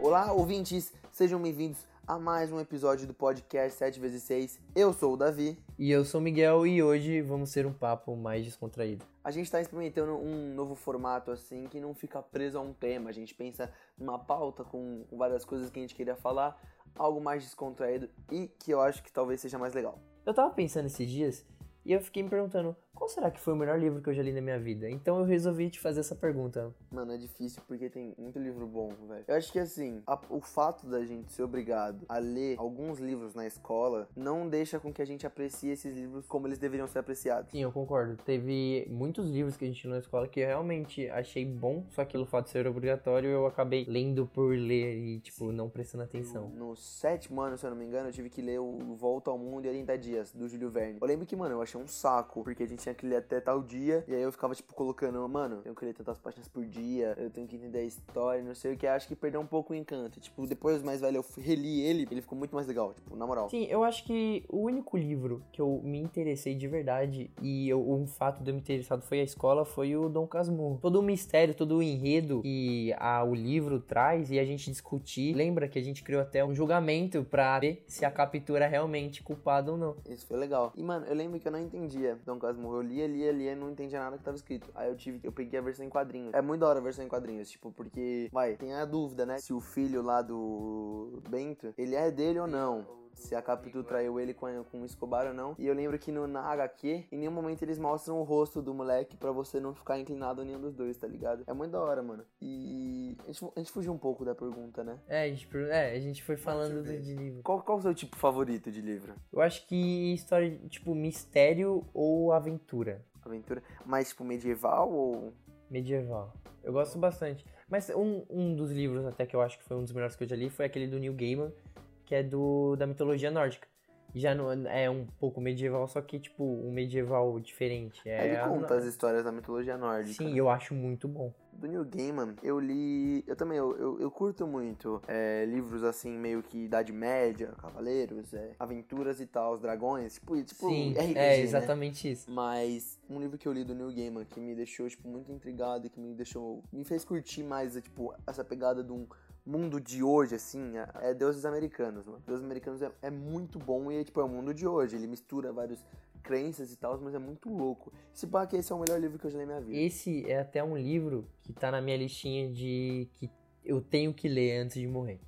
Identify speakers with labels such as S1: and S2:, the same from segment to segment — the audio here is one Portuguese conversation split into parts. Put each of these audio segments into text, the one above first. S1: Olá, ouvintes, sejam bem-vindos a mais um episódio do podcast 7x6. Eu sou o Davi.
S2: E eu sou o Miguel e hoje vamos ter um papo mais descontraído.
S1: A gente está experimentando um novo formato assim que não fica preso a um tema. A gente pensa numa pauta com várias coisas que a gente queria falar, algo mais descontraído e que eu acho que talvez seja mais legal.
S2: Eu tava pensando esses dias e eu fiquei me perguntando qual será que foi o melhor livro que eu já li na minha vida. Então eu resolvi te fazer essa pergunta.
S1: Mano, é difícil porque tem muito livro bom, velho. Eu acho que assim, a- o fato da gente ser obrigado a ler alguns livros na escola não deixa com que a gente aprecie esses livros como eles deveriam ser apreciados.
S2: Sim, eu concordo. Teve muitos livros que a gente leu na escola que eu realmente achei bom, só que pelo fato de ser obrigatório eu acabei lendo por ler e, tipo, não prestando atenção.
S1: No sétimo ano, se eu não me engano, eu tive que ler o Volta ao Mundo em 80 Dias, do Júlio Verne. Eu lembro que, mano, eu achei um saco, porque a gente tinha que ler até tal dia, e aí eu ficava, tipo, colocando, mano, eu queria tantas páginas por dia, eu tenho que entender a história, não sei o que, acho que perdeu um pouco o encanto. Tipo, depois, mais velho, eu fui- reli ele, ele ficou muito mais legal, tipo, na moral.
S2: Sim, eu acho que o único livro que eu me interessei de verdade e eu- um fato de eu me interessado foi a escola, foi o Dom Casmurro. Todo o mistério, todo o enredo que a- o livro traz e a gente discutir. Lembra que a gente criou até um julgamento pra ver se a captura é realmente culpada ou não.
S1: Isso foi legal. E, mano, eu lembro que eu não entendia Dom Casmurro. Eu lia, lia, lia e não entendia nada que tava escrito. Aí eu tive, eu peguei a versão em quadrinhos. É muito da hora a versão em quadrinhos, tipo, porque, vai, tem a dúvida, né? Se o filho lá do Bento, ele é dele ou não. Se a Capitu traiu ele com, a- com o Escobar ou não. E eu lembro que no, na HQ, em nenhum momento eles mostram o rosto do moleque pra você não ficar inclinado a nenhum dos dois, tá ligado? É muito da hora, mano. E a gente, a gente fugiu um pouco da pergunta, né?
S2: É, a gente, per- é, a gente foi falando
S1: ver.
S2: do- de livro.
S1: Qual, qual o seu tipo favorito de livro?
S2: Eu acho que história, de, tipo, mistério ou aventura
S1: Aventura? Mais, tipo, medieval ou
S2: medieval. Eu gosto bastante. Mas um, um dos livros até que eu acho que foi um dos melhores que eu já li foi aquele do Neil Gaiman, que é do da mitologia nórdica. Já não é um pouco medieval, só que tipo um medieval diferente. É
S1: ele
S2: a-
S1: conta as histórias da mitologia nórdica.
S2: Sim, eu acho muito bom.
S1: Do Neil Gaiman, eu li. Eu também, eu, eu, eu curto muito é, livros assim, meio que Idade Média, Cavaleiros, é, Aventuras e tal, os dragões, tipo, e, tipo
S2: Sim,
S1: RPG,
S2: é
S1: né?
S2: exatamente isso.
S1: Mas um livro que eu li do Neil Gaiman que me deixou, tipo, muito intrigado e que me deixou. me fez curtir mais, é, tipo, essa pegada de um mundo de hoje, assim, é- é Deuses Americanos, mano. Deuses Americanos é, é muito bom e é, tipo, é o mundo de hoje. Ele mistura vários crenças e tal, mas é muito louco. Se pá, que esse é o melhor livro que eu já li na minha vida.
S2: Esse é até um livro que tá na minha listinha de que eu tenho que ler antes de morrer.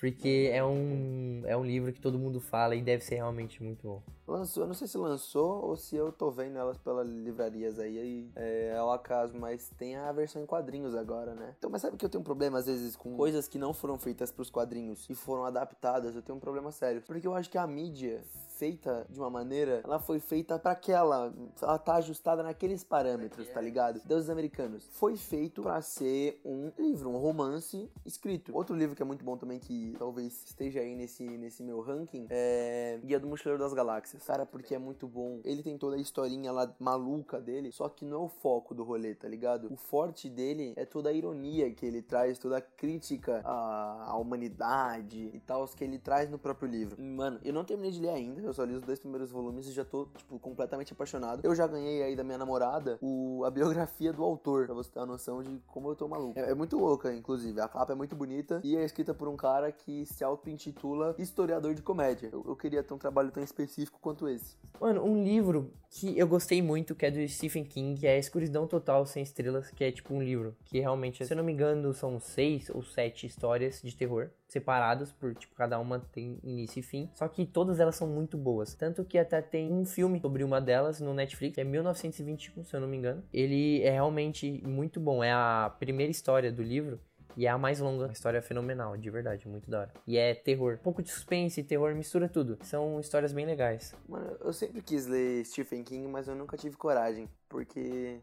S2: Porque é um, é um livro que todo mundo fala e deve ser realmente muito bom.
S1: Lançou, eu não sei se lançou ou se eu tô vendo elas pelas livrarias aí, aí é, ao acaso, mas tem a versão em quadrinhos agora, né? Então, mas sabe que eu tenho um problema às vezes com coisas que não foram feitas pros quadrinhos e foram adaptadas, eu tenho um problema sério, porque eu acho que a mídia feita de uma maneira, ela foi feita pra aquela, ela tá ajustada naqueles parâmetros, tá ligado? Deuses Americanos foi feito pra ser um livro, um romance escrito. Outro livro que é muito bom também que talvez esteja aí nesse nesse meu ranking é Guia do Mochileiro das Galáxias. Cara, porque é muito bom. Ele tem toda a historinha lá maluca dele, só que não é o foco do rolê, tá ligado? O forte dele é toda a ironia que ele traz, toda a crítica à, à humanidade e tal, que ele traz no próprio livro. Mano, eu não terminei de ler ainda, eu só li os dois primeiros volumes e já tô, tipo, completamente apaixonado. Eu já ganhei aí da minha namorada o, a biografia do autor, pra você ter uma noção de como eu tô maluco. É, é muito louca, inclusive. A capa é muito bonita e é escrita por um cara que se auto-intitula historiador de comédia. Eu, eu queria ter um trabalho tão específico quanto esse.
S2: Mano, um livro que eu gostei muito, que é do Stephen King, que é Escuridão Total Sem Estrelas, que é tipo um livro que realmente, se eu não me engano, são seis ou sete histórias de terror separadas, por tipo, cada uma tem início e fim. Só que todas elas são muito boas. Tanto que até tem um filme sobre uma delas no Netflix, que é 1921, se eu não me engano. Ele é realmente muito bom. É a primeira história do livro. E é a mais longa. Uma história fenomenal, de verdade, muito da hora. E é terror. Um pouco de suspense e terror, mistura tudo. São histórias bem legais.
S1: Mano, eu sempre quis ler Stephen King, mas eu nunca tive coragem, porque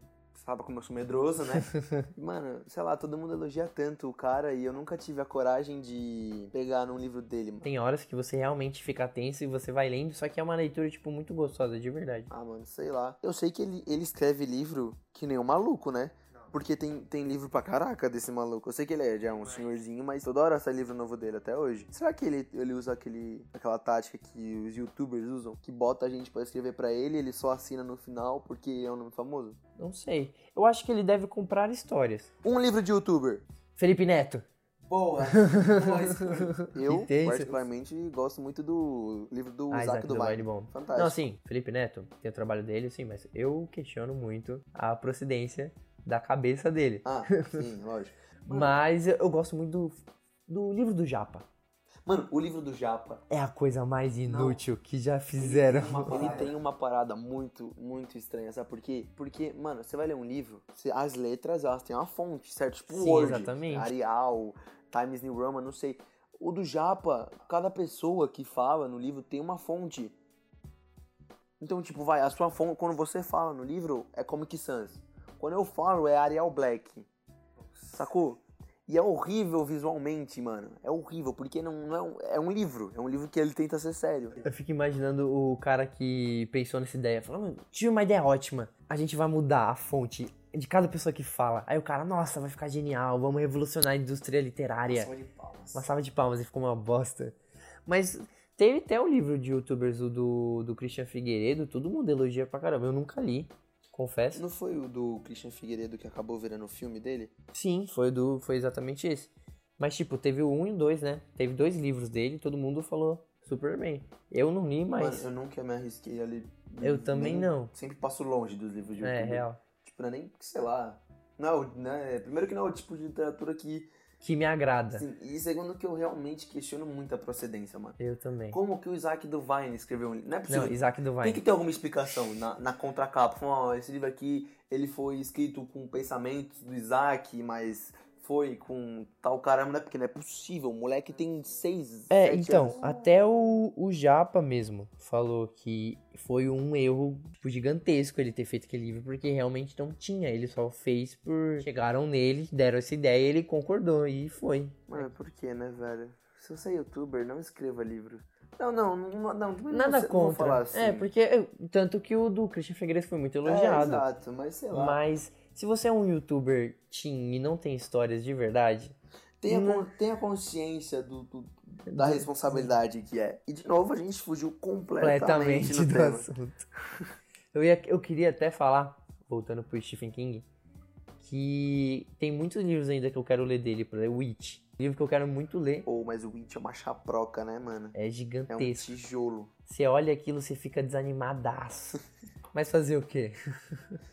S1: sabe como eu sou medroso, né? mano, sei lá, todo mundo elogia tanto o cara e eu nunca tive a coragem de pegar num livro dele, mano.
S2: Tem horas que você realmente fica tenso e você vai lendo, só que é uma leitura, tipo, muito gostosa, de verdade.
S1: Ah, mano, sei lá. Eu sei que ele, ele escreve livro que nem um maluco, né? Porque tem, tem livro pra caraca desse maluco. Eu sei que ele é já um senhorzinho, mas toda hora sai livro novo dele até hoje. Será que ele, ele usa aquele, aquela tática que os youtubers usam? Que bota a gente pra escrever pra ele, ele só assina no final porque é um nome famoso?
S2: Não sei. Eu acho que ele deve comprar histórias.
S1: Um livro de youtuber.
S2: Felipe Neto.
S1: Boa! Boa escolha. Eu,
S2: tem seus-
S1: particularmente, gosto muito do livro do
S2: Ah,
S1: Isaac
S2: Isaac do
S1: Dubai.
S2: Baile Bom.
S1: Fantástico.
S2: Não, sim, Felipe Neto tem o trabalho dele, sim, mas eu questiono muito a procedência da cabeça dele.
S1: Ah, sim, lógico. mano.
S2: Mas eu- eu gosto muito do, do livro do Japa.
S1: Mano, o livro do Japa,
S2: É a coisa mais inútil que já
S1: ele
S2: fizeram.
S1: tem uma parada- Ele tem uma parada muito, muito estranha, sabe por quê? Porque, mano, você vai ler um livro, você- as letras, elas têm uma fonte, certo? Tipo
S2: Sim,
S1: Word,
S2: exatamente.
S1: Arial, Times New Roman, não sei. O do Japa, cada pessoa que fala no livro tem uma fonte. Então, tipo, vai, a sua fonte, quando você fala no livro, é Comic Sans. Quando eu falo, é Arial Black. Sacou? E é horrível visualmente, mano. É horrível, porque não, não é, um, é um livro. É um livro que ele tenta ser sério.
S2: Eu fico imaginando o cara que pensou nessa ideia. Falou, mano, tive uma ideia ótima. A gente vai mudar a fonte de cada pessoa que fala. Aí o cara, nossa, vai ficar genial, vamos revolucionar a indústria literária.
S1: Salva de palmas.
S2: Uma salva de palmas e ficou uma bosta. Mas teve até o livro de youtubers o do, do Christian Figueiredo, todo mundo elogia pra caramba. Eu nunca li, confesso.
S1: Não foi o do Christian Figueiredo que acabou virando o filme dele?
S2: Sim, foi do, foi exatamente esse. Mas tipo, teve o um e o dois, né? Teve dois livros dele, todo mundo falou super bem. Eu não li, mas
S1: Mano, eu nunca me arrisquei a ler.
S2: eu também
S1: Nem- um.
S2: não.
S1: Sempre passo longe dos livros de
S2: É,
S1: YouTube.
S2: real.
S1: Tipo, não é nem, sei lá. Não, né? Primeiro que não é o tipo de literatura que.
S2: Que me agrada.
S1: Assim, e segundo que eu realmente questiono muito a procedência, mano.
S2: Eu também.
S1: Como que o Isaac Duvine escreveu um livro? Não é possível.
S2: É. Não, Isaac do
S1: Tem que ter alguma explicação na, na contracapa. Falando, ó, esse livro aqui, ele foi escrito com pensamentos do Isaac, mas foi com tal caramba, né? Porque não é possível, o moleque tem seis,
S2: É,
S1: sete
S2: então,
S1: anos.
S2: até o, o Japa mesmo falou que foi um erro tipo, gigantesco ele ter feito aquele livro, porque realmente não tinha. Ele só fez por. Chegaram nele, deram essa ideia, ele concordou e foi.
S1: Mano, por que, né, velho? Se você é youtuber, não escreva livro. Não, não, não, não também não,
S2: Nada
S1: vou- não vou
S2: contra.
S1: falar assim.
S2: É, porque. eu- Tanto que o do Christian Figueiredo foi
S1: É,
S2: muito elogiado.
S1: exato, mas sei lá.
S2: mas se você é um youtuber teen e não tem histórias de verdade,
S1: Tenha,
S2: Não. É
S1: con- tenha consciência do- do- da responsabilidade que é. E de novo, a gente fugiu completamente,
S2: completamente
S1: do
S2: do
S1: tema.
S2: assunto. Eu, ia, eu queria até falar, voltando pro Stephen King, que tem muitos livros ainda que eu quero ler dele, por exemplo, Witch. Um Livro que eu quero muito ler.
S1: Ou, mas o Witch é uma chaproca, né, mano? É
S2: É
S1: um
S2: gigantesco.
S1: tijolo.
S2: Você olha aquilo, você fica desanimadaço. Mas fazer né? o quê?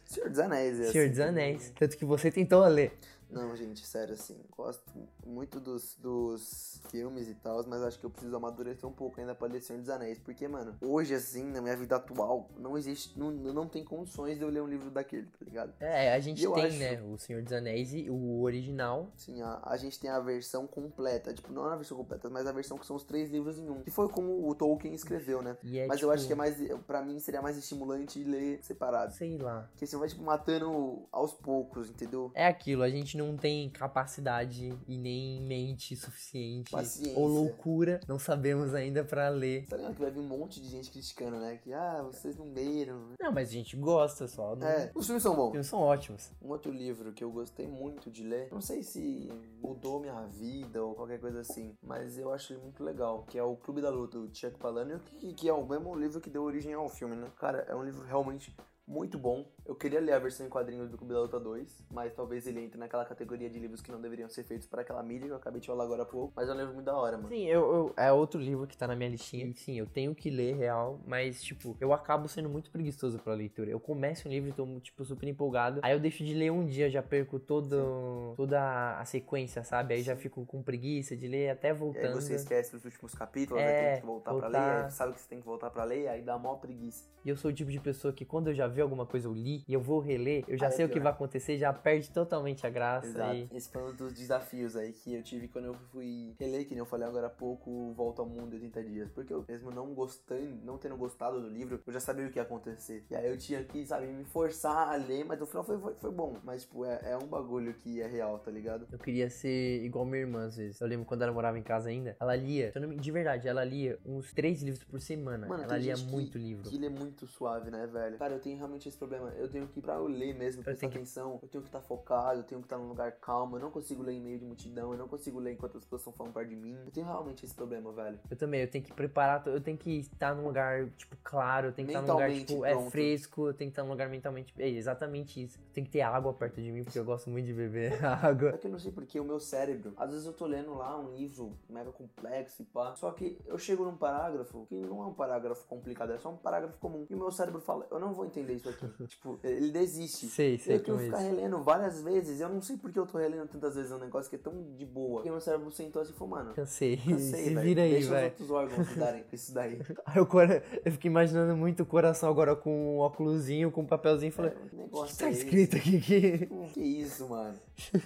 S1: Senhor dos Anéis, é
S2: Senhor
S1: assim.
S2: dos Anéis. Tanto que você tentou ler.
S1: Não, gente, sério, assim, gosto muito dos, dos filmes e tal, mas acho que eu preciso amadurecer um pouco ainda pra ler Senhor dos Anéis. Porque, mano, hoje, assim, na minha vida atual, não existe, não, não tem condições de eu ler um livro daquele, tá ligado?
S2: É, a gente
S1: Eu
S2: tem,
S1: acho-
S2: né? O Senhor dos Anéis e o original.
S1: Assim, a, a gente tem a versão completa, tipo, não a versão completa, mas a versão que são os três livros em um. Que foi como o Tolkien escreveu, né?
S2: E é,
S1: Mas eu
S2: tipo,
S1: acho que é mais, pra mim, seria mais estimulante ler separado.
S2: Sei lá.
S1: Porque você vai, tipo, matando aos poucos, entendeu?
S2: É aquilo, a gente não tem capacidade e nem mente suficiente
S1: Paciência.
S2: ou loucura, não sabemos ainda pra ler.
S1: Tá ligado que vai vir um monte de gente criticando, né? Que, ah, vocês não leram.
S2: Não, mas a gente gosta só. Não...
S1: É, os filmes são bons.
S2: Eles são ótimos.
S1: Um outro livro que eu gostei muito de ler, não sei se mudou minha vida ou qualquer coisa assim, mas eu acho ele muito legal, que é o Clube da Luta, do Chuck Palahniuk, que, que é o mesmo livro que deu origem ao filme, né? Cara, é um livro realmente muito bom. Eu queria ler a versão em quadrinhos do Clube da Luta 2, mas talvez ele entre naquela categoria de livros que não deveriam ser feitos para aquela mídia que eu acabei de falar agora há pouco, mas é um livro muito da hora, mano.
S2: Sim, eu, eu- é outro livro que tá na minha listinha. E, Sim, eu tenho que ler real, mas, tipo, eu acabo sendo muito preguiçoso pra leitura. Eu começo um livro e tô, tipo, super empolgado. Aí eu deixo de ler um dia, já perco todo, toda a sequência, sabe? Aí já fico com preguiça de ler até
S1: E aí
S2: voltando.
S1: você esquece os últimos capítulos,
S2: É,
S1: aí tem que voltar, pra
S2: voltar.
S1: ler, aí sabe que você tem que voltar pra ler, aí dá mó preguiça.
S2: E eu sou o tipo de pessoa que quando eu já vi alguma coisa, eu li e eu vou reler, eu já
S1: Ah, é
S2: sei o que
S1: pior.
S2: vai acontecer, já perde totalmente a graça.
S1: Exato.
S2: E...
S1: Esse foi um dos desafios aí que eu tive quando eu fui reler, que nem eu falei agora há pouco, Volta ao Mundo em 80 Dias. Porque eu, mesmo não gostando, não tendo gostado do livro, eu já sabia o que ia acontecer. E aí eu tinha que, sabe, me forçar a ler, mas no final foi, foi, foi bom. Mas, tipo, é, é um bagulho que é real, tá ligado?
S2: Eu queria ser igual minha irmã, às vezes. Eu lembro quando ela morava em casa ainda, ela lia, se eu não me- de verdade, ela lia uns três livros por semana.
S1: Mano,
S2: ela
S1: tem
S2: lia
S1: gente que-
S2: muito livro.
S1: Que ele é muito suave, né, velho? Cara, eu tenho realmente esse problema. Eu tenho que ir pra eu ler mesmo, prestar
S2: tenho que-
S1: atenção. Eu tenho que estar focado, eu tenho que estar num lugar calmo. Eu não consigo ler em meio de multidão, eu não consigo ler enquanto as pessoas estão falando perto de mim. Eu tenho realmente esse problema, velho.
S2: Eu também, eu tenho que preparar, to- eu tenho que estar num lugar, tipo, claro, eu tenho que estar num lugar,
S1: Mentalmente
S2: tipo, é
S1: pronto.
S2: fresco, eu tenho que estar num lugar mentalmente. É exatamente isso. Tem que ter água perto de mim, porque eu gosto muito de beber água.
S1: É que eu não sei porquê, o meu cérebro. Às vezes eu tô lendo lá um livro mega complexo e pá. Só que eu chego num parágrafo que não é um parágrafo complicado, é só um parágrafo comum. E o meu cérebro fala, eu não vou entender isso aqui. tipo, ele desiste.
S2: Sei,
S1: E
S2: sei
S1: eu tenho
S2: como
S1: que
S2: é
S1: ficar
S2: isso.
S1: relendo várias vezes. Eu não sei porque eu tô relendo tantas vezes um negócio que é tão de boa. Porque meu cérebro sentou assim e falou, mano,
S2: Cansei.
S1: cansei,
S2: Se
S1: velho.
S2: vira aí,
S1: Deixa os
S2: vai.
S1: outros órgãos cuidarem isso daí.
S2: Aí o cora... eu fiquei imaginando muito o coração agora com um óculosinho, com um papelzinho e falei.
S1: É, que
S2: O que
S1: negócio
S2: tá
S1: é esse?
S2: escrito aqui que
S1: Que isso, mano?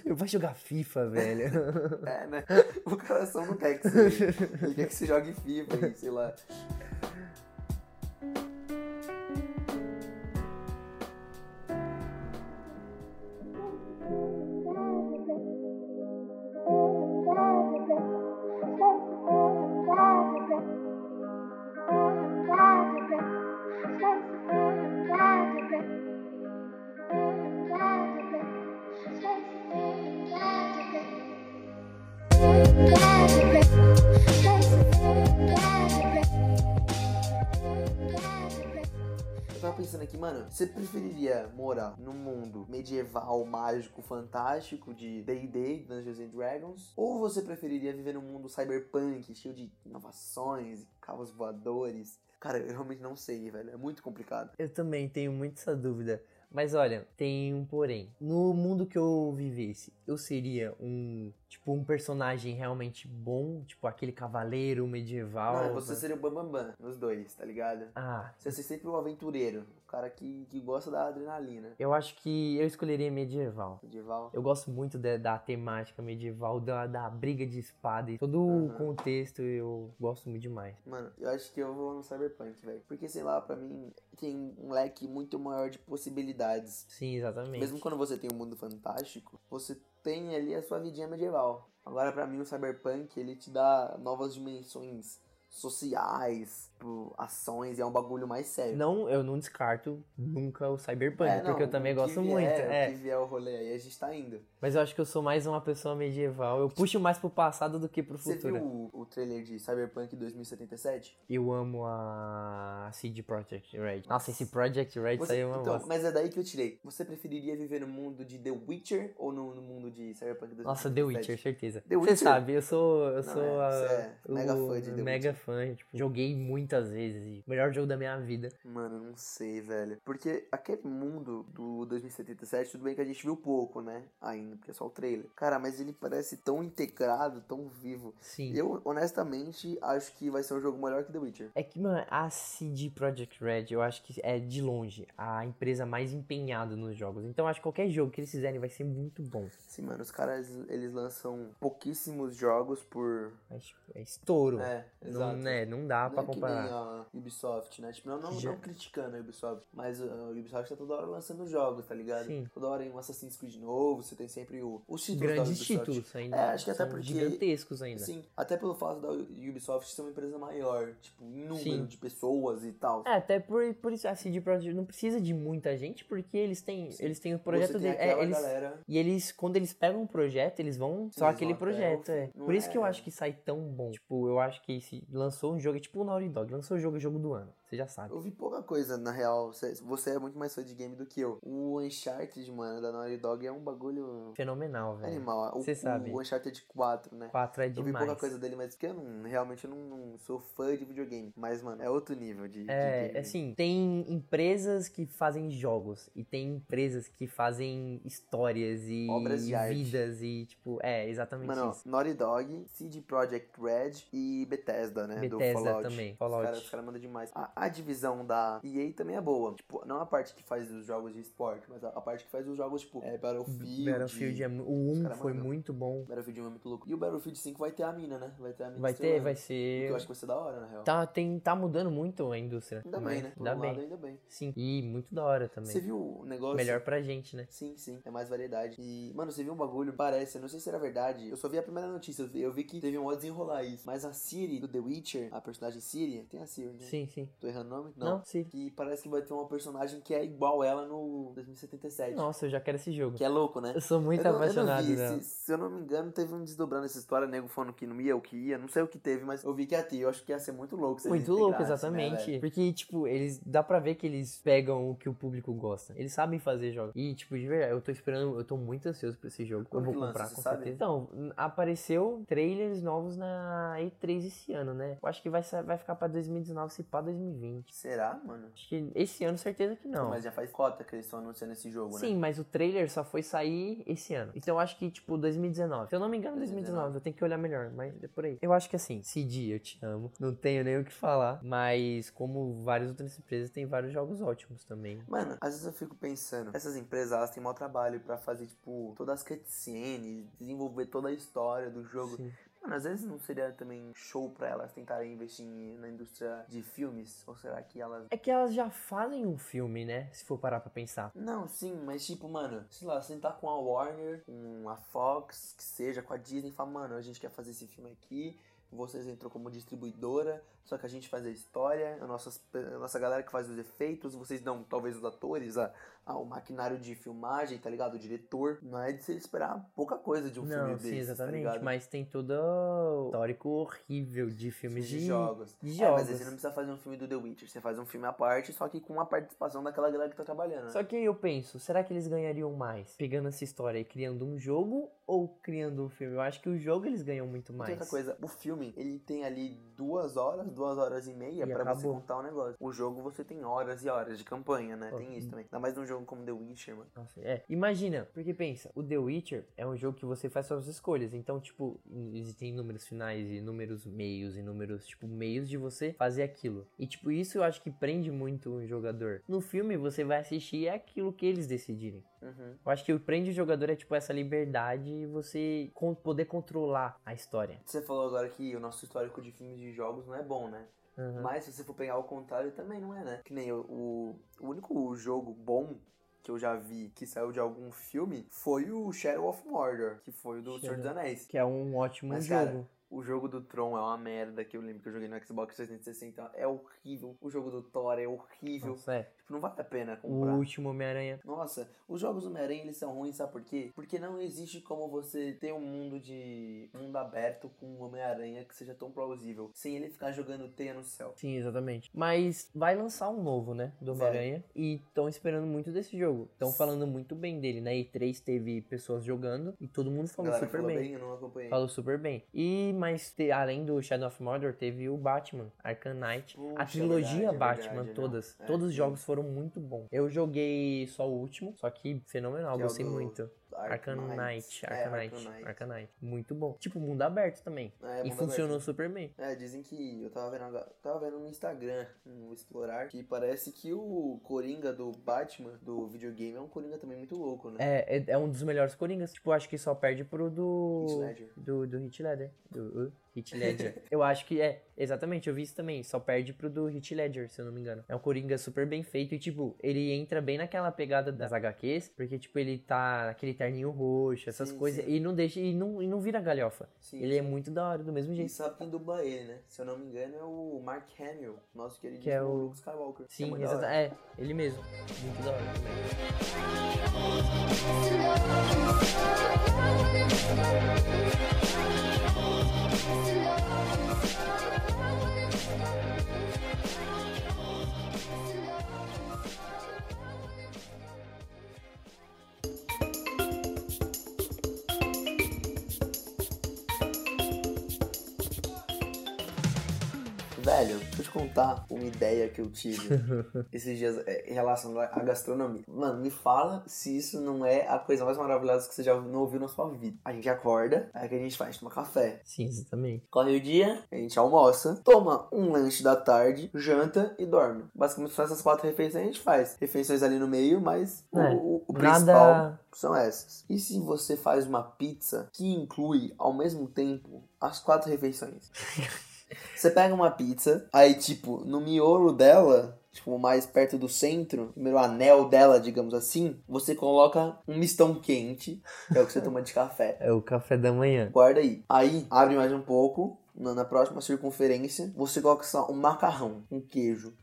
S2: eu vou jogar FIFA, velho?
S1: É, né? O coração não quer que você. Ele quer que você jogue FIFA e sei lá. Eu tava pensando aqui, mano, você preferiria morar num mundo medieval, mágico, fantástico de D&D, Dungeons and Dragons, ou você preferiria viver num mundo cyberpunk, cheio de inovações, carros voadores? Cara, eu realmente não sei, velho, é muito complicado.
S2: Eu também tenho muito essa dúvida. Mas olha, tem um porém. No mundo que eu vivesse, eu seria um, tipo, um personagem realmente bom, tipo aquele cavaleiro medieval.
S1: Mano, você
S2: né?
S1: seria o Bambambam nos dois, tá ligado?
S2: Ah,
S1: Você ia ser sempre o aventureiro, o cara que, que gosta da adrenalina.
S2: eu acho que eu escolheria medieval.
S1: Medieval.
S2: Eu gosto muito da, da temática medieval, da, da briga de espada e todo o
S1: Aham.
S2: contexto eu gosto muito demais.
S1: Mano, eu acho que eu vou no Cyberpunk, velho. Porque, sei lá, pra mim tem um leque muito maior de possibilidades.
S2: Sim, exatamente.
S1: Mesmo quando você tem um mundo fantástico, você tem ali a sua vidinha medieval. Agora, pra mim, o Cyberpunk, ele te dá novas dimensões sociais, tipo, ações, e é um bagulho mais sério.
S2: Não, eu não descarto nunca o Cyberpunk,
S1: É, não,
S2: porque eu também
S1: o que
S2: gosto
S1: vier,
S2: muito.
S1: O
S2: É,
S1: que vier o rolê aí, a gente tá indo.
S2: mas eu acho que eu sou mais uma pessoa medieval. Eu puxo mais pro passado do que pro
S1: Você
S2: futuro.
S1: viu o, o trailer de Cyberpunk 2077?
S2: Eu amo a CD Projekt Red. Nossa, esse Project Red
S1: Você-
S2: saiu uma
S1: então,
S2: bosta.
S1: mas é daí que eu tirei. Você preferiria viver no mundo de The Witcher ou no, no mundo de Cyberpunk 2077?
S2: Nossa, The Witcher, certeza.
S1: The
S2: Você
S1: Witcher?
S2: sabe, eu sou. Eu
S1: Não,
S2: sou
S1: é,
S2: a-
S1: você é mega
S2: o-
S1: fã de The
S2: Mega fã. Tipo, joguei muitas vezes. e Melhor jogo da minha vida.
S1: Mano, não sei, velho. Porque aquele mundo do 2077, tudo bem que a gente viu pouco, né? Ainda, porque é só o trailer. Cara, mas ele parece tão integrado, tão vivo.
S2: Sim.
S1: Eu, honestamente, acho que vai ser um jogo melhor que The Witcher.
S2: É que, mano, a CD Projekt Red, eu acho que é de longe a empresa mais empenhada nos jogos. Então, eu acho que qualquer jogo que eles fizerem vai ser muito bom.
S1: Sim, mano, os caras, eles lançam pouquíssimos jogos por...
S2: Mas, tipo, é estouro.
S1: É,
S2: não,
S1: exato.
S2: né, não dá
S1: Não
S2: pra
S1: é que
S2: comparar.
S1: nem a Ubisoft, né? Tipo, não, não,
S2: Já-
S1: não criticando a Ubisoft, mas uh, a Ubisoft tá toda hora lançando jogos, tá ligado?
S2: Sim.
S1: Toda hora em um Assassin's Creed novo, você tem sempre o, os títulos da
S2: Grandes
S1: Ubisoft.
S2: títulos ainda.
S1: É, acho que até
S2: são
S1: porque- assim,
S2: Gigantescos ainda.
S1: Sim, até pelo fato da Ubisoft ser uma empresa maior, tipo, em número
S2: Sim.
S1: de pessoas e tal.
S2: É, até por, por isso a CD Projekt não precisa de muita gente, porque eles têm,
S1: Sim.
S2: eles têm o projeto
S1: Você tem
S2: dele- é,
S1: aquela
S2: eles-
S1: galera.
S2: E eles, quando eles pegam um projeto, eles vão só
S1: eles
S2: aquele
S1: vão até o
S2: projeto, é.
S1: fim. Não
S2: Por isso que eu
S1: é-
S2: acho que sai tão bom. Tipo, eu acho que se lançou um jogo, é tipo o Naughty Dog, lançou o jogo, é jogo do ano. Você já sabe.
S1: Eu vi pouca coisa, na real. Você- Você é muito mais fã de game do que eu. O Uncharted, mano, da Naughty Dog é um bagulho
S2: Fenomenal, velho.
S1: animal. O,
S2: Você É, sabe.
S1: o Uncharted 4, né?
S2: 4 é
S1: Eu vi pouca
S2: demais.
S1: coisa dele, mas porque eu não, realmente eu não, não sou fã de videogame. Mas, mano, é outro nível de, de game.
S2: É, assim, tem empresas que fazem jogos e tem empresas que fazem histórias e
S1: Obras de arte.
S2: vidas e tipo, é exatamente
S1: Mano,
S2: isso.
S1: ó, Naughty Dog, CD Projekt Red e Bethesda, né?
S2: Bethesda
S1: do Fallout.
S2: também,
S1: Os
S2: Fallout.
S1: caras os cara mandam demais. A, a divisão da EA também é boa. Tipo, não a parte que faz os jogos de esporte, mas a, a parte que faz os jogos, tipo, é Battlefield.
S2: Battlefield é mu- o 1
S1: cara
S2: foi
S1: mandam.
S2: muito bom.
S1: Battlefield 1 é muito louco. E o Battlefield 5 vai ter a mina, né? Vai ter a mina
S2: Vai ter,
S1: estrelando.
S2: vai
S1: O que
S2: ser
S1: eu acho que vai ser da hora, na real.
S2: Tá, tem, tá mudando muito a indústria.
S1: Ainda
S2: mas
S1: bem, né? Por
S2: Ainda
S1: um
S2: bem.
S1: lado, ainda bem.
S2: Sim. E muito da hora também.
S1: Você viu o negócio?
S2: Melhor pra gente, né?
S1: Sim, sim, é mais variedade. E, mano, você viu um bagulho, parece, eu não sei se era verdade. Eu só vi a primeira notícia, eu vi, eu vi que teve um modo desenrolar isso. Mas a Siri do The Witcher, a personagem Siri, tem a Siri, né?
S2: Sim, sim.
S1: Do Tô errando o nome?
S2: Não, sim.
S1: Que parece que vai ter uma personagem que é igual ela no 2077.
S2: Nossa, eu já quero esse jogo.
S1: Que é louco, né?
S2: Eu sou muito
S1: eu não- eu não
S2: apaixonado
S1: vi,
S2: dela.
S1: se, se eu não me engano, teve um desdobrando essa história, nego falando que não ia, o que ia, não sei o que teve, mas eu vi que ia ter. Eu acho que ia ser muito louco. se eles
S2: Muito louco,
S1: integrassem, Né,
S2: exatamente.
S1: velho?
S2: Porque, tipo, eles. Dá pra ver que eles pegam o que o público gosta. Eles sabem fazer jogos. E, tipo, de verdade, eu tô esperando. Eu tô muito ansioso pra esse jogo.
S1: Quando
S2: eu
S1: que
S2: vou
S1: lança,
S2: comprar,
S1: você
S2: com
S1: sabe?
S2: certeza. Então, n- apareceu trailers novos na E3 esse ano, né? Eu acho que vai, sa- vai ficar pra 2019, se pá 2020.
S1: Será, mano?
S2: Acho que esse ano, certeza que não.
S1: Mas já faz cota que eles estão anunciando esse jogo,
S2: Sim,
S1: né?
S2: mas o trailer só foi sair esse ano. Então eu acho que, tipo, 2019. Se eu não me engano, 2019. Eu tenho que olhar melhor, mas é por aí. Eu acho que assim, Cid, eu te amo. Não tenho nem o que falar. Mas, como várias outras empresas, tem vários jogos ótimos também.
S1: Mano, às vezes eu fico pensando, essas empresas elas têm mau trabalho pra fazer, tipo, todas as cutscenes, desenvolver toda a história do jogo.
S2: Sim.
S1: Mano, às vezes não seria também show pra elas tentarem investir em- na indústria de filmes? Ou será que elas
S2: É que elas já fazem um filme, né? Se for parar pra pensar.
S1: Não, sim, mas tipo, mano, sei lá, você tá com a Warner, com a Fox, que seja, com a Disney, e fala, mano, a gente quer fazer esse filme aqui, vocês entrou como distribuidora, só que a gente faz a história, a nossa, a nossa galera que faz os efeitos, vocês dão talvez os atores, a, a- o maquinário de filmagem, tá ligado? O diretor. Não é de se esperar pouca coisa de um filme
S2: Não,
S1: desse.
S2: sim, exatamente.
S1: Tá ligado?
S2: mas tem todo o histórico horrível de
S1: Filmes
S2: filmes
S1: de jogos.
S2: de
S1: É, mas aí
S2: jogos.
S1: você não precisa fazer um filme do The Witcher, você faz um filme à parte, só que com a participação daquela galera que tá trabalhando. né?
S2: Só que aí eu penso, será que eles ganhariam mais pegando essa história e criando um jogo ou criando um filme? Eu acho que o jogo eles ganham muito
S1: Mas...
S2: mais.
S1: Tem outra coisa, o filme, ele tem ali duas horas, duas horas e meia
S2: E
S1: pra você
S2: acabou.
S1: contar o negócio. O jogo você tem horas e horas de campanha, né?
S2: Pô,
S1: Tem
S2: hum.
S1: isso também. Ainda mais num jogo como The Witcher, mano.
S2: Nossa, é. Imagina, porque pensa, o The Witcher é um jogo que você faz suas escolhas. Então, tipo, existem inúmeros finais, inúmeros meios, inúmeros, tipo, meios de você fazer aquilo. E, tipo, isso eu acho que prende muito o jogador. No filme, você vai assistir é aquilo que eles decidirem.
S1: Uhum.
S2: Eu acho que o que prende o jogador é, tipo, essa liberdade e você con- poder controlar a história.
S1: Você falou agora que o nosso histórico de filmes e jogos não é bom, né?
S2: Aham.
S1: Mas se você for pegar ao contrário, também não é, né? Que nem o, o, o único jogo bom que eu já vi que saiu de algum filme foi o Shadow of Mordor, que foi o do Senhor dos
S2: Shadow.
S1: Anéis.
S2: Que é um ótimo
S1: Mas, cara,
S2: jogo.
S1: O jogo do Tron é uma merda, que eu lembro que eu joguei no Xbox 360, é horrível. O jogo do Thor é horrível.
S2: Nossa, é.
S1: Tipo, não vale a pena
S2: O
S1: comprar.
S2: último Homem-Aranha.
S1: Nossa, os jogos do Homem-Aranha eles são ruins, sabe por quê? Porque não existe como você ter um mundo de. um mundo aberto com o Homem-Aranha que seja tão plausível, sem ele ficar jogando teia no céu.
S2: Sim, exatamente. Mas vai lançar um novo, né? Do
S1: Vai.
S2: Homem-Aranha. E estão esperando muito desse jogo. Estão falando muito bem dele. Na E3 teve pessoas jogando e todo mundo
S1: A
S2: falou
S1: galera
S2: super
S1: falou
S2: bem.
S1: bem, eu não acompanhei.
S2: Falou super bem. E, mas te- além do Shadow of Mordor, teve o Batman, Arkham Knight.
S1: Puxa,
S2: a trilogia
S1: é verdade, é
S2: Batman,
S1: verdade, não.
S2: todas.
S1: É,
S2: todos os
S1: sim.
S2: jogos foram muito bons. Eu joguei só o último, só que fenomenal,
S1: Que é o
S2: gostei
S1: do
S2: muito. Arkham Knight,
S1: É,
S2: Arkham Knight,
S1: Knight.
S2: Arkham Knight. Muito bom. Tipo, mundo aberto também.
S1: É,
S2: e
S1: mundo
S2: funcionou
S1: aberto.
S2: super bem.
S1: É, dizem que eu tava vendo, agora- tava vendo no Instagram, no Explorar, que parece que o Coringa do Batman, do videogame, é um Coringa também muito louco, né?
S2: É, é, é um dos melhores Coringas. Tipo, acho que só perde pro
S1: Heath
S2: do.
S1: Ledger.
S2: Do, do Hit Ledger. Do uh, Heath Ledger. eu acho que é. Exatamente, eu vi isso também. Só perde pro do Hit Ledger, se eu não me engano. É um Coringa super bem feito. E, tipo, ele entra bem naquela pegada das HQs. Porque, tipo, ele tá naquele terninho roxo, essas
S1: Sim,
S2: coisas.
S1: sim.
S2: E não deixa. E não, e não vira galhofa.
S1: Sim,
S2: Ele é muito da hora, do mesmo
S1: E
S2: jeito.
S1: sabe quem dubla ele, né? Se eu não me engano, é o Mark Hamill, nosso querido
S2: Que é o-
S1: Luke Skywalker. Que
S2: Sim,
S1: muito da hora.
S2: exata- é, ele mesmo. Muito da hora também.
S1: Velho, deixa eu te contar uma ideia que eu tive esses dias é, em relação à gastronomia. Mano, me fala se isso não é a coisa mais maravilhosa que você já não ouviu na sua vida. A gente acorda, aí o que a gente faz? Toma café.
S2: Sim, exatamente.
S1: Corre o dia, a gente almoça, toma um lanche da tarde, janta e dorme. Basicamente só essas quatro refeições a gente faz. Refeições ali no meio, mas o-
S2: É,
S1: o, o principal
S2: Nada.
S1: são essas. E se você faz uma pizza que inclui ao mesmo tempo as quatro refeições? você pega uma pizza, aí tipo, no miolo dela, tipo, mais perto do centro, primeiro anel dela, digamos assim, você coloca um mistão quente, que é o que você toma de café.
S2: É o café da manhã.
S1: Guarda aí. Aí abre mais um pouco. na, na próxima circunferência, você coloca só um macarrão, um queijo,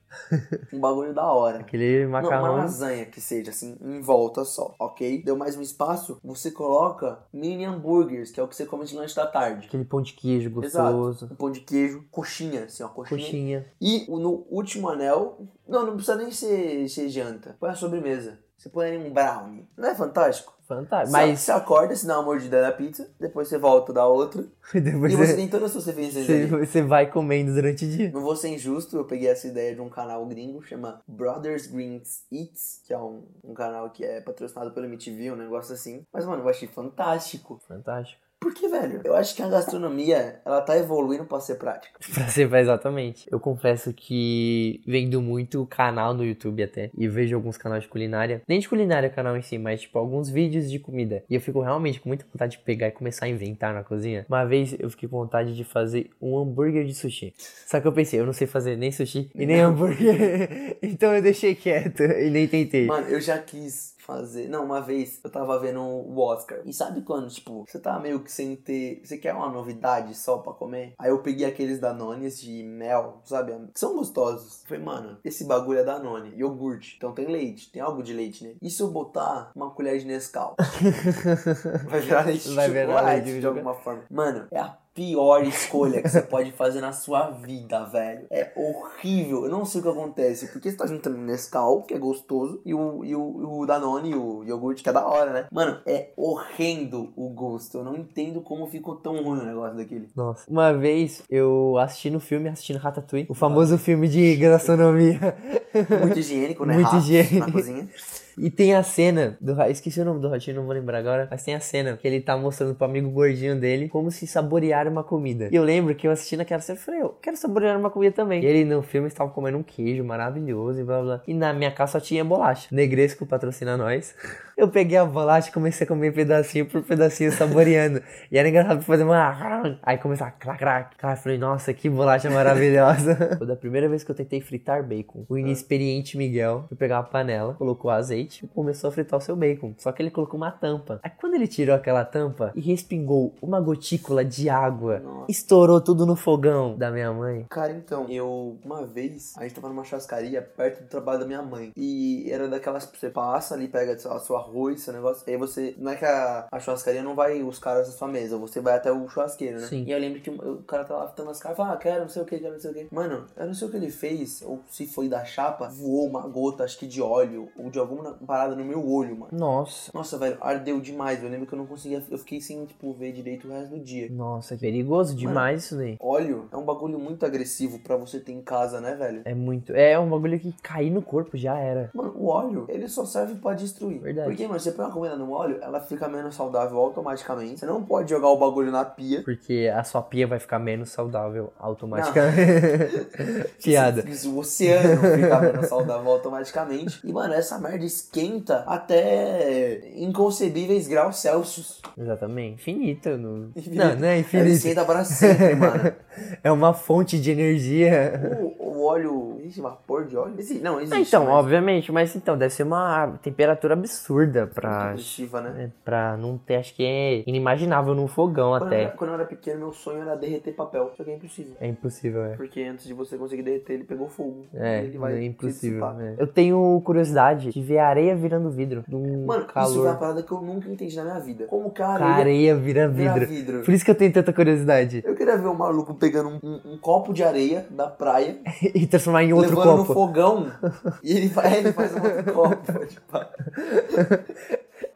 S1: um bagulho da hora.
S2: Aquele
S1: Não,
S2: macarrão.
S1: uma lasanha que seja, assim, em volta só, ok? Deu mais um espaço, você coloca mini hambúrgueres, que é o que você come de lanche da tarde.
S2: Aquele pão de queijo
S1: Exato.
S2: gostoso.
S1: Um pão de queijo, coxinha, assim, ó, coxinha.
S2: Coxinha.
S1: E o- no último anel, não, não precisa nem ser, ser janta, põe a sobremesa. Você põe aí um brownie. Não é fantástico?
S2: Fantástico.
S1: Mas
S2: Mas
S1: você acorda, se dá um uma mordida da pizza, depois você volta da outra.
S2: depois
S1: e você
S2: você, né?
S1: tem todas as suas referências
S2: você,
S1: ali.
S2: você vai comendo durante o dia.
S1: Não vou ser injusto, eu peguei essa ideia de um canal gringo, chama Brothers Greens Eats, que é um, um canal que é patrocinado pelo MTV, um negócio assim. Mas, mano, eu achei fantástico.
S2: Fantástico.
S1: Porque, velho, eu acho que a gastronomia, ela tá evoluindo pra ser prática.
S2: Pra ser mais exatamente. Eu confesso que vendo muito canal no YouTube até. E vejo alguns canais de culinária. Nem de culinária canal em si, mas tipo alguns vídeos de comida. E eu fico realmente com muita vontade de pegar e começar a inventar na cozinha. Uma vez eu fiquei com vontade de fazer um hambúrguer de sushi. Só que eu pensei, eu não sei fazer nem sushi e nem hambúrguer. então eu deixei quieto e nem tentei.
S1: Mano, eu já quis fazer... Não, uma vez eu tava vendo o Oscar. E sabe quando, tipo, você tá meio que sem ter... Você quer uma novidade só pra comer? Aí eu peguei aqueles Danones de mel, sabe? Que são gostosos. Eu Falei, mano, esse bagulho é Danone, iogurte. Então tem leite, tem algo de leite nele. E se eu botar uma colher de Nescau? Vai virar leite
S2: Vai
S1: de
S2: virar
S1: chocolate,
S2: leite de
S1: de
S2: chocolate.
S1: alguma forma. Mano, é a pior escolha que você pode fazer na sua vida, velho. É horrível. Eu não sei o que acontece. Porque você tá juntando o Nescau, que é gostoso, e o, e o, e o Danone, e o iogurte, que é da hora, né? Mano, é horrendo o gosto. Eu não entendo como ficou tão ruim o negócio daquele.
S2: Nossa. Uma vez eu assistindo um filme, assistindo Ratatouille, o famoso filme de gastronomia.
S1: Muito higiênico, né?
S2: Muito
S1: Ratos
S2: higiênico.
S1: Na cozinha.
S2: E tem a cena do Ra- esqueci o nome do ratinho, não vou lembrar agora, mas tem a cena que ele tá mostrando pro amigo gordinho dele como se saborear uma comida. E eu lembro que eu assistindo aquela cena e falei, eu quero saborear uma comida também. E ele no filme estava comendo um queijo maravilhoso e blá blá. E na minha casa só tinha bolacha. Negresco patrocina nós. Eu peguei a bolacha e comecei a comer pedacinho por pedacinho, saboreando. e era engraçado fazer uma. Aí começava a crac, crac. Cara, eu falei, nossa, que bolacha maravilhosa. Foi da primeira vez que eu tentei fritar bacon. O inexperiente Miguel foi pegar uma panela, colocou azeite e começou a fritar o seu bacon. Só que ele colocou uma tampa. Aí quando ele tirou aquela tampa e respingou uma gotícula de água,
S1: Nossa.
S2: estourou tudo no fogão da minha mãe.
S1: Cara, então, eu uma vez a gente tava numa chascaria perto do trabalho da minha mãe. E era daquelas que você passa ali, pega sei lá, seu arroz, seu negócio. Aí você. Não é que a, a churrascaria não vai os caras na sua mesa, você vai até o churrasqueiro, né?
S2: Sim.
S1: E eu lembro que o o cara tava lá fitando as caras, ah, quero, não sei o que, quero, não sei o que. Mano, eu não sei o que ele fez, ou se foi da chapa, voou uma gota, acho que de óleo, ou de alguma parada no meu olho, mano.
S2: Nossa.
S1: Nossa, velho, ardeu demais. Eu lembro que eu não conseguia. Eu fiquei sem, tipo, ver direito o resto do dia.
S2: Nossa, que perigoso demais isso daí.
S1: Óleo é um bagulho muito agressivo pra você ter em casa, né, velho?
S2: É muito. É um bagulho que cair no corpo já era.
S1: Mano, o óleo, ele só serve pra destruir.
S2: Verdade.
S1: Porque, mano, você põe uma comida no óleo, ela fica menos saudável automaticamente. Você não pode jogar o bagulho na pia.
S2: Porque a sua pia vai ficar menos saudável automaticamente. Piada.
S1: Se- se O oceano fica menos saudável automaticamente. E, mano, essa merda esquenta até inconcebíveis graus Celsius.
S2: Exatamente. Infinito. Não,
S1: Infinito.
S2: não, não é
S1: Ela
S2: infinito.
S1: esquenta pra sempre, mano.
S2: é uma fonte de energia.
S1: O, o óleo. Existe vapor de óleo? Existe- Não, existe.
S2: Ah, então,
S1: mas é
S2: obviamente, mas então, deve ser uma temperatura absurda
S1: é muito
S2: pra.
S1: agressiva, né?
S2: é, Pra não ter, acho que é inimaginável num fogão
S1: Quando eu, era,
S2: até.
S1: quando eu era pequeno, meu sonho era derreter papel. Só que é impossível.
S2: É impossível, é.
S1: Porque antes de você conseguir derreter, ele pegou fogo.
S2: É,
S1: E ele vai
S2: é impossível.
S1: se dissipar.
S2: é. Eu tenho curiosidade de ver areia virando vidro. De um
S1: Mano, isso foi uma
S2: calor.
S1: parada que eu nunca entendi na minha vida. Como que a
S2: A
S1: areia
S2: areia vira
S1: vira
S2: vidro.
S1: vidro.
S2: Por isso que eu tenho tanta curiosidade.
S1: Eu queria ver um maluco pegando um, um- um copo de areia da praia,
S2: e transformar em outro
S1: levando no
S2: copo.
S1: fogão, e ele, vai, ele faz um outro copo. Tipo,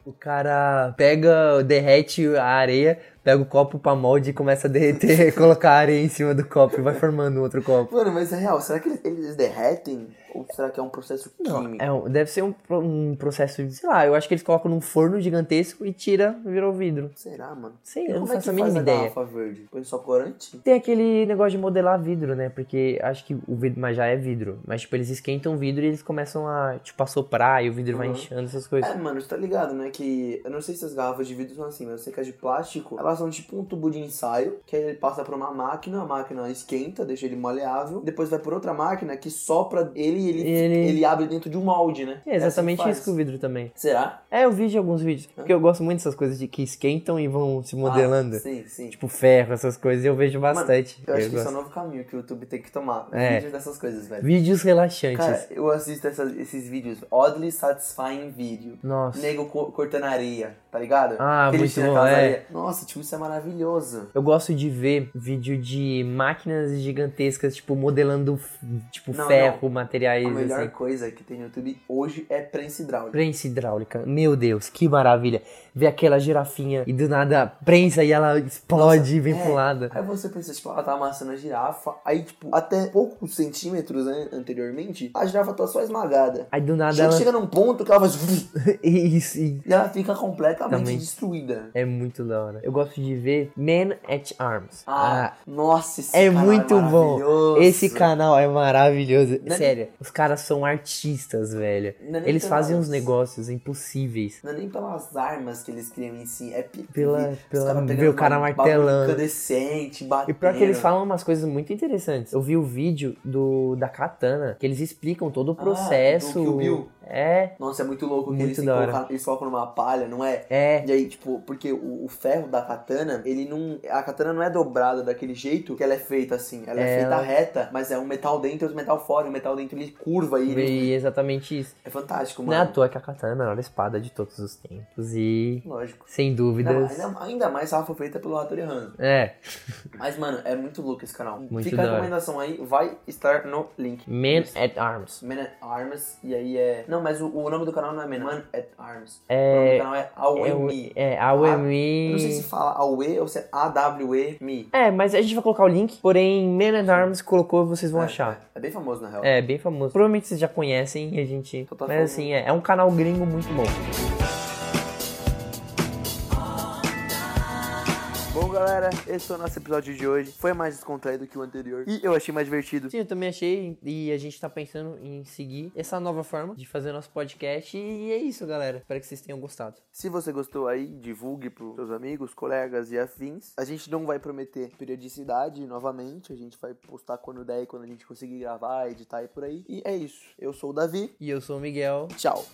S2: O cara pega, derrete a areia, pega o copo pra molde e começa a derreter, colocar a areia em cima do copo e vai formando outro copo.
S1: mano, mas é real, será que eles, eles derretem? Ou será que é um processo
S2: Não,
S1: químico?
S2: é um- deve ser um, pro- um processo, de- sei lá, eu acho que eles colocam num forno gigantesco e tira, virou vidro.
S1: Será, mano?
S2: Sei,
S1: E
S2: eu não
S1: como é que
S2: faço a
S1: faz
S2: mínima ideia.
S1: garrafa verde? Põe só corante?
S2: Tem aquele negócio de modelar vidro, né? Porque acho que o vidro, mas já é vidro. Mas, tipo, eles esquentam o vidro e eles começam a, tipo, a soprar e o vidro vai
S1: Uhum.
S2: inchando, essas coisas. É
S1: É, mano, você tá ligado, né? Que eu não sei se as garrafas de vidro são assim, mas eu sei que as de plástico, elas passam tipo um tubo de ensaio, que aí ele passa por uma máquina, a máquina esquenta, deixa ele maleável, depois vai por outra máquina que sopra ele e ele, ele...
S2: Ele-
S1: abre dentro de um molde, né?
S2: É exatamente
S1: Assim
S2: isso que o vidro também.
S1: faz. Será?
S2: É, eu vi de alguns vídeos. Porque eu gosto muito dessas coisas de que esquentam e vão se modelando.
S1: Ah, sim, sim.
S2: tipo ferro, essas coisas, eu vejo bastante.
S1: eu acho que
S2: gosto.
S1: isso é um novo caminho que o YouTube tem que tomar.
S2: É.
S1: Vídeos dessas coisas, velho.
S2: Vídeos relaxantes.
S1: Cara, eu assisto essas- esses vídeos, oddly satisfying vídeo.
S2: Nossa.
S1: Nego co- cortando areia, tá ligado?
S2: Ah,
S1: Que ele
S2: muito
S1: tira
S2: bom,
S1: aquelas
S2: é.
S1: areia. Nossa, tipo, isso é maravilhoso.
S2: Eu gosto de ver vídeo de máquinas gigantescas, tipo, modelando, f- tipo,
S1: Não,
S2: ferro,
S1: A
S2: materiais,
S1: melhor
S2: assim.
S1: coisa que tem no YouTube hoje é prensa hidráulica.
S2: Prensa hidráulica. Meu Deus, que maravilha. Ver aquela girafinha e do nada prensa e ela explode e vem
S1: é.
S2: pro lado.
S1: Aí você pensa, tipo, ela tá amassando a girafa, aí, tipo, até poucos centímetros an- anteriormente, a girafa tá só esmagada.
S2: Aí do nada
S1: Chega,
S2: ela.
S1: chega num ponto que ela faz...
S2: Isso, e-
S1: E ela fica completamente
S2: Também.
S1: destruída.
S2: É muito da hora. Eu gosto de ver Man at Arms.
S1: Ah, nossa, esse
S2: é
S1: canal
S2: muito
S1: é
S2: bom.
S1: maravilhoso.
S2: Esse canal é maravilhoso.
S1: Não é-
S2: Sério, os caras são artistas, velho.
S1: Não é nem
S2: Eles fazem
S1: pelas-
S2: uns negócios impossíveis.
S1: Não é nem pelas armas que eles criam em si, é pe-
S2: Pela-
S1: os
S2: pela-
S1: cara pegando
S2: ver o cara
S1: uma-
S2: martelando.
S1: bagulho Incandescente, batendo.
S2: E pior que eles falam umas coisas muito interessantes. Eu vi o vídeo do da katana, que eles explicam todo o
S1: Ah,
S2: processo.
S1: do Kill Bill.
S2: é,
S1: Nossa, é muito louco que
S2: Muito
S1: eles, têm
S2: da
S1: que
S2: hora.
S1: colocar- eles colocam numa palha, não é?
S2: é.
S1: E aí, tipo, porque o, o ferro da katana, ele não. A katana não é dobrada daquele jeito que ela é feita assim. Ela é,
S2: Ela-
S1: feita reta, mas é um metal dentro e outro metal fora. E o metal dentro ele curva e ele.
S2: E exatamente isso.
S1: É fantástico,
S2: Não é à
S1: mano.
S2: toa que a katana é a maior espada de todos os tempos. E,
S1: Lógico.
S2: sem
S1: Ainda,
S2: dúvidas.
S1: ainda- ainda mais se ela for feita pelo Hattori Hanzo.
S2: É.
S1: Mas, mano, é muito louco esse canal.
S2: Muito
S1: Fica
S2: da
S1: a
S2: hora.
S1: recomendação aí, vai estar no link.
S2: Man at Arms.
S1: Man at Arms, e aí é. Não, mas o, o nome do canal não é Man, Man at Arms. O nome do
S2: É.
S1: canal é
S2: É, o-
S1: AWE.
S2: é
S1: Eu
S2: AWE.
S1: não sei se fala AWE ou se é AWE Me.
S2: É, mas a gente vai colocar o link. Porém, Man at Arms colocou, vocês vão
S1: É,
S2: achar.
S1: É, é bem famoso, na real.
S2: É, bem famoso. Provavelmente vocês já conhecem e a gente.
S1: Total
S2: mas
S1: famoso.
S2: assim, é, é um canal gringo muito bom.
S1: Bom, galera, esse foi o nosso episódio de hoje. Foi mais descontraído que o anterior. E eu achei mais divertido.
S2: Sim, eu também achei. E a gente tá pensando em seguir essa nova forma de fazer nosso podcast. E é isso, galera. Espero que vocês tenham gostado.
S1: Se você gostou aí, divulgue pros seus amigos, colegas e afins. A gente não vai prometer periodicidade novamente. A gente vai postar quando der e quando a gente conseguir gravar, editar e por aí. E é isso. Eu sou o Davi.
S2: E eu sou o Miguel.
S1: Tchau.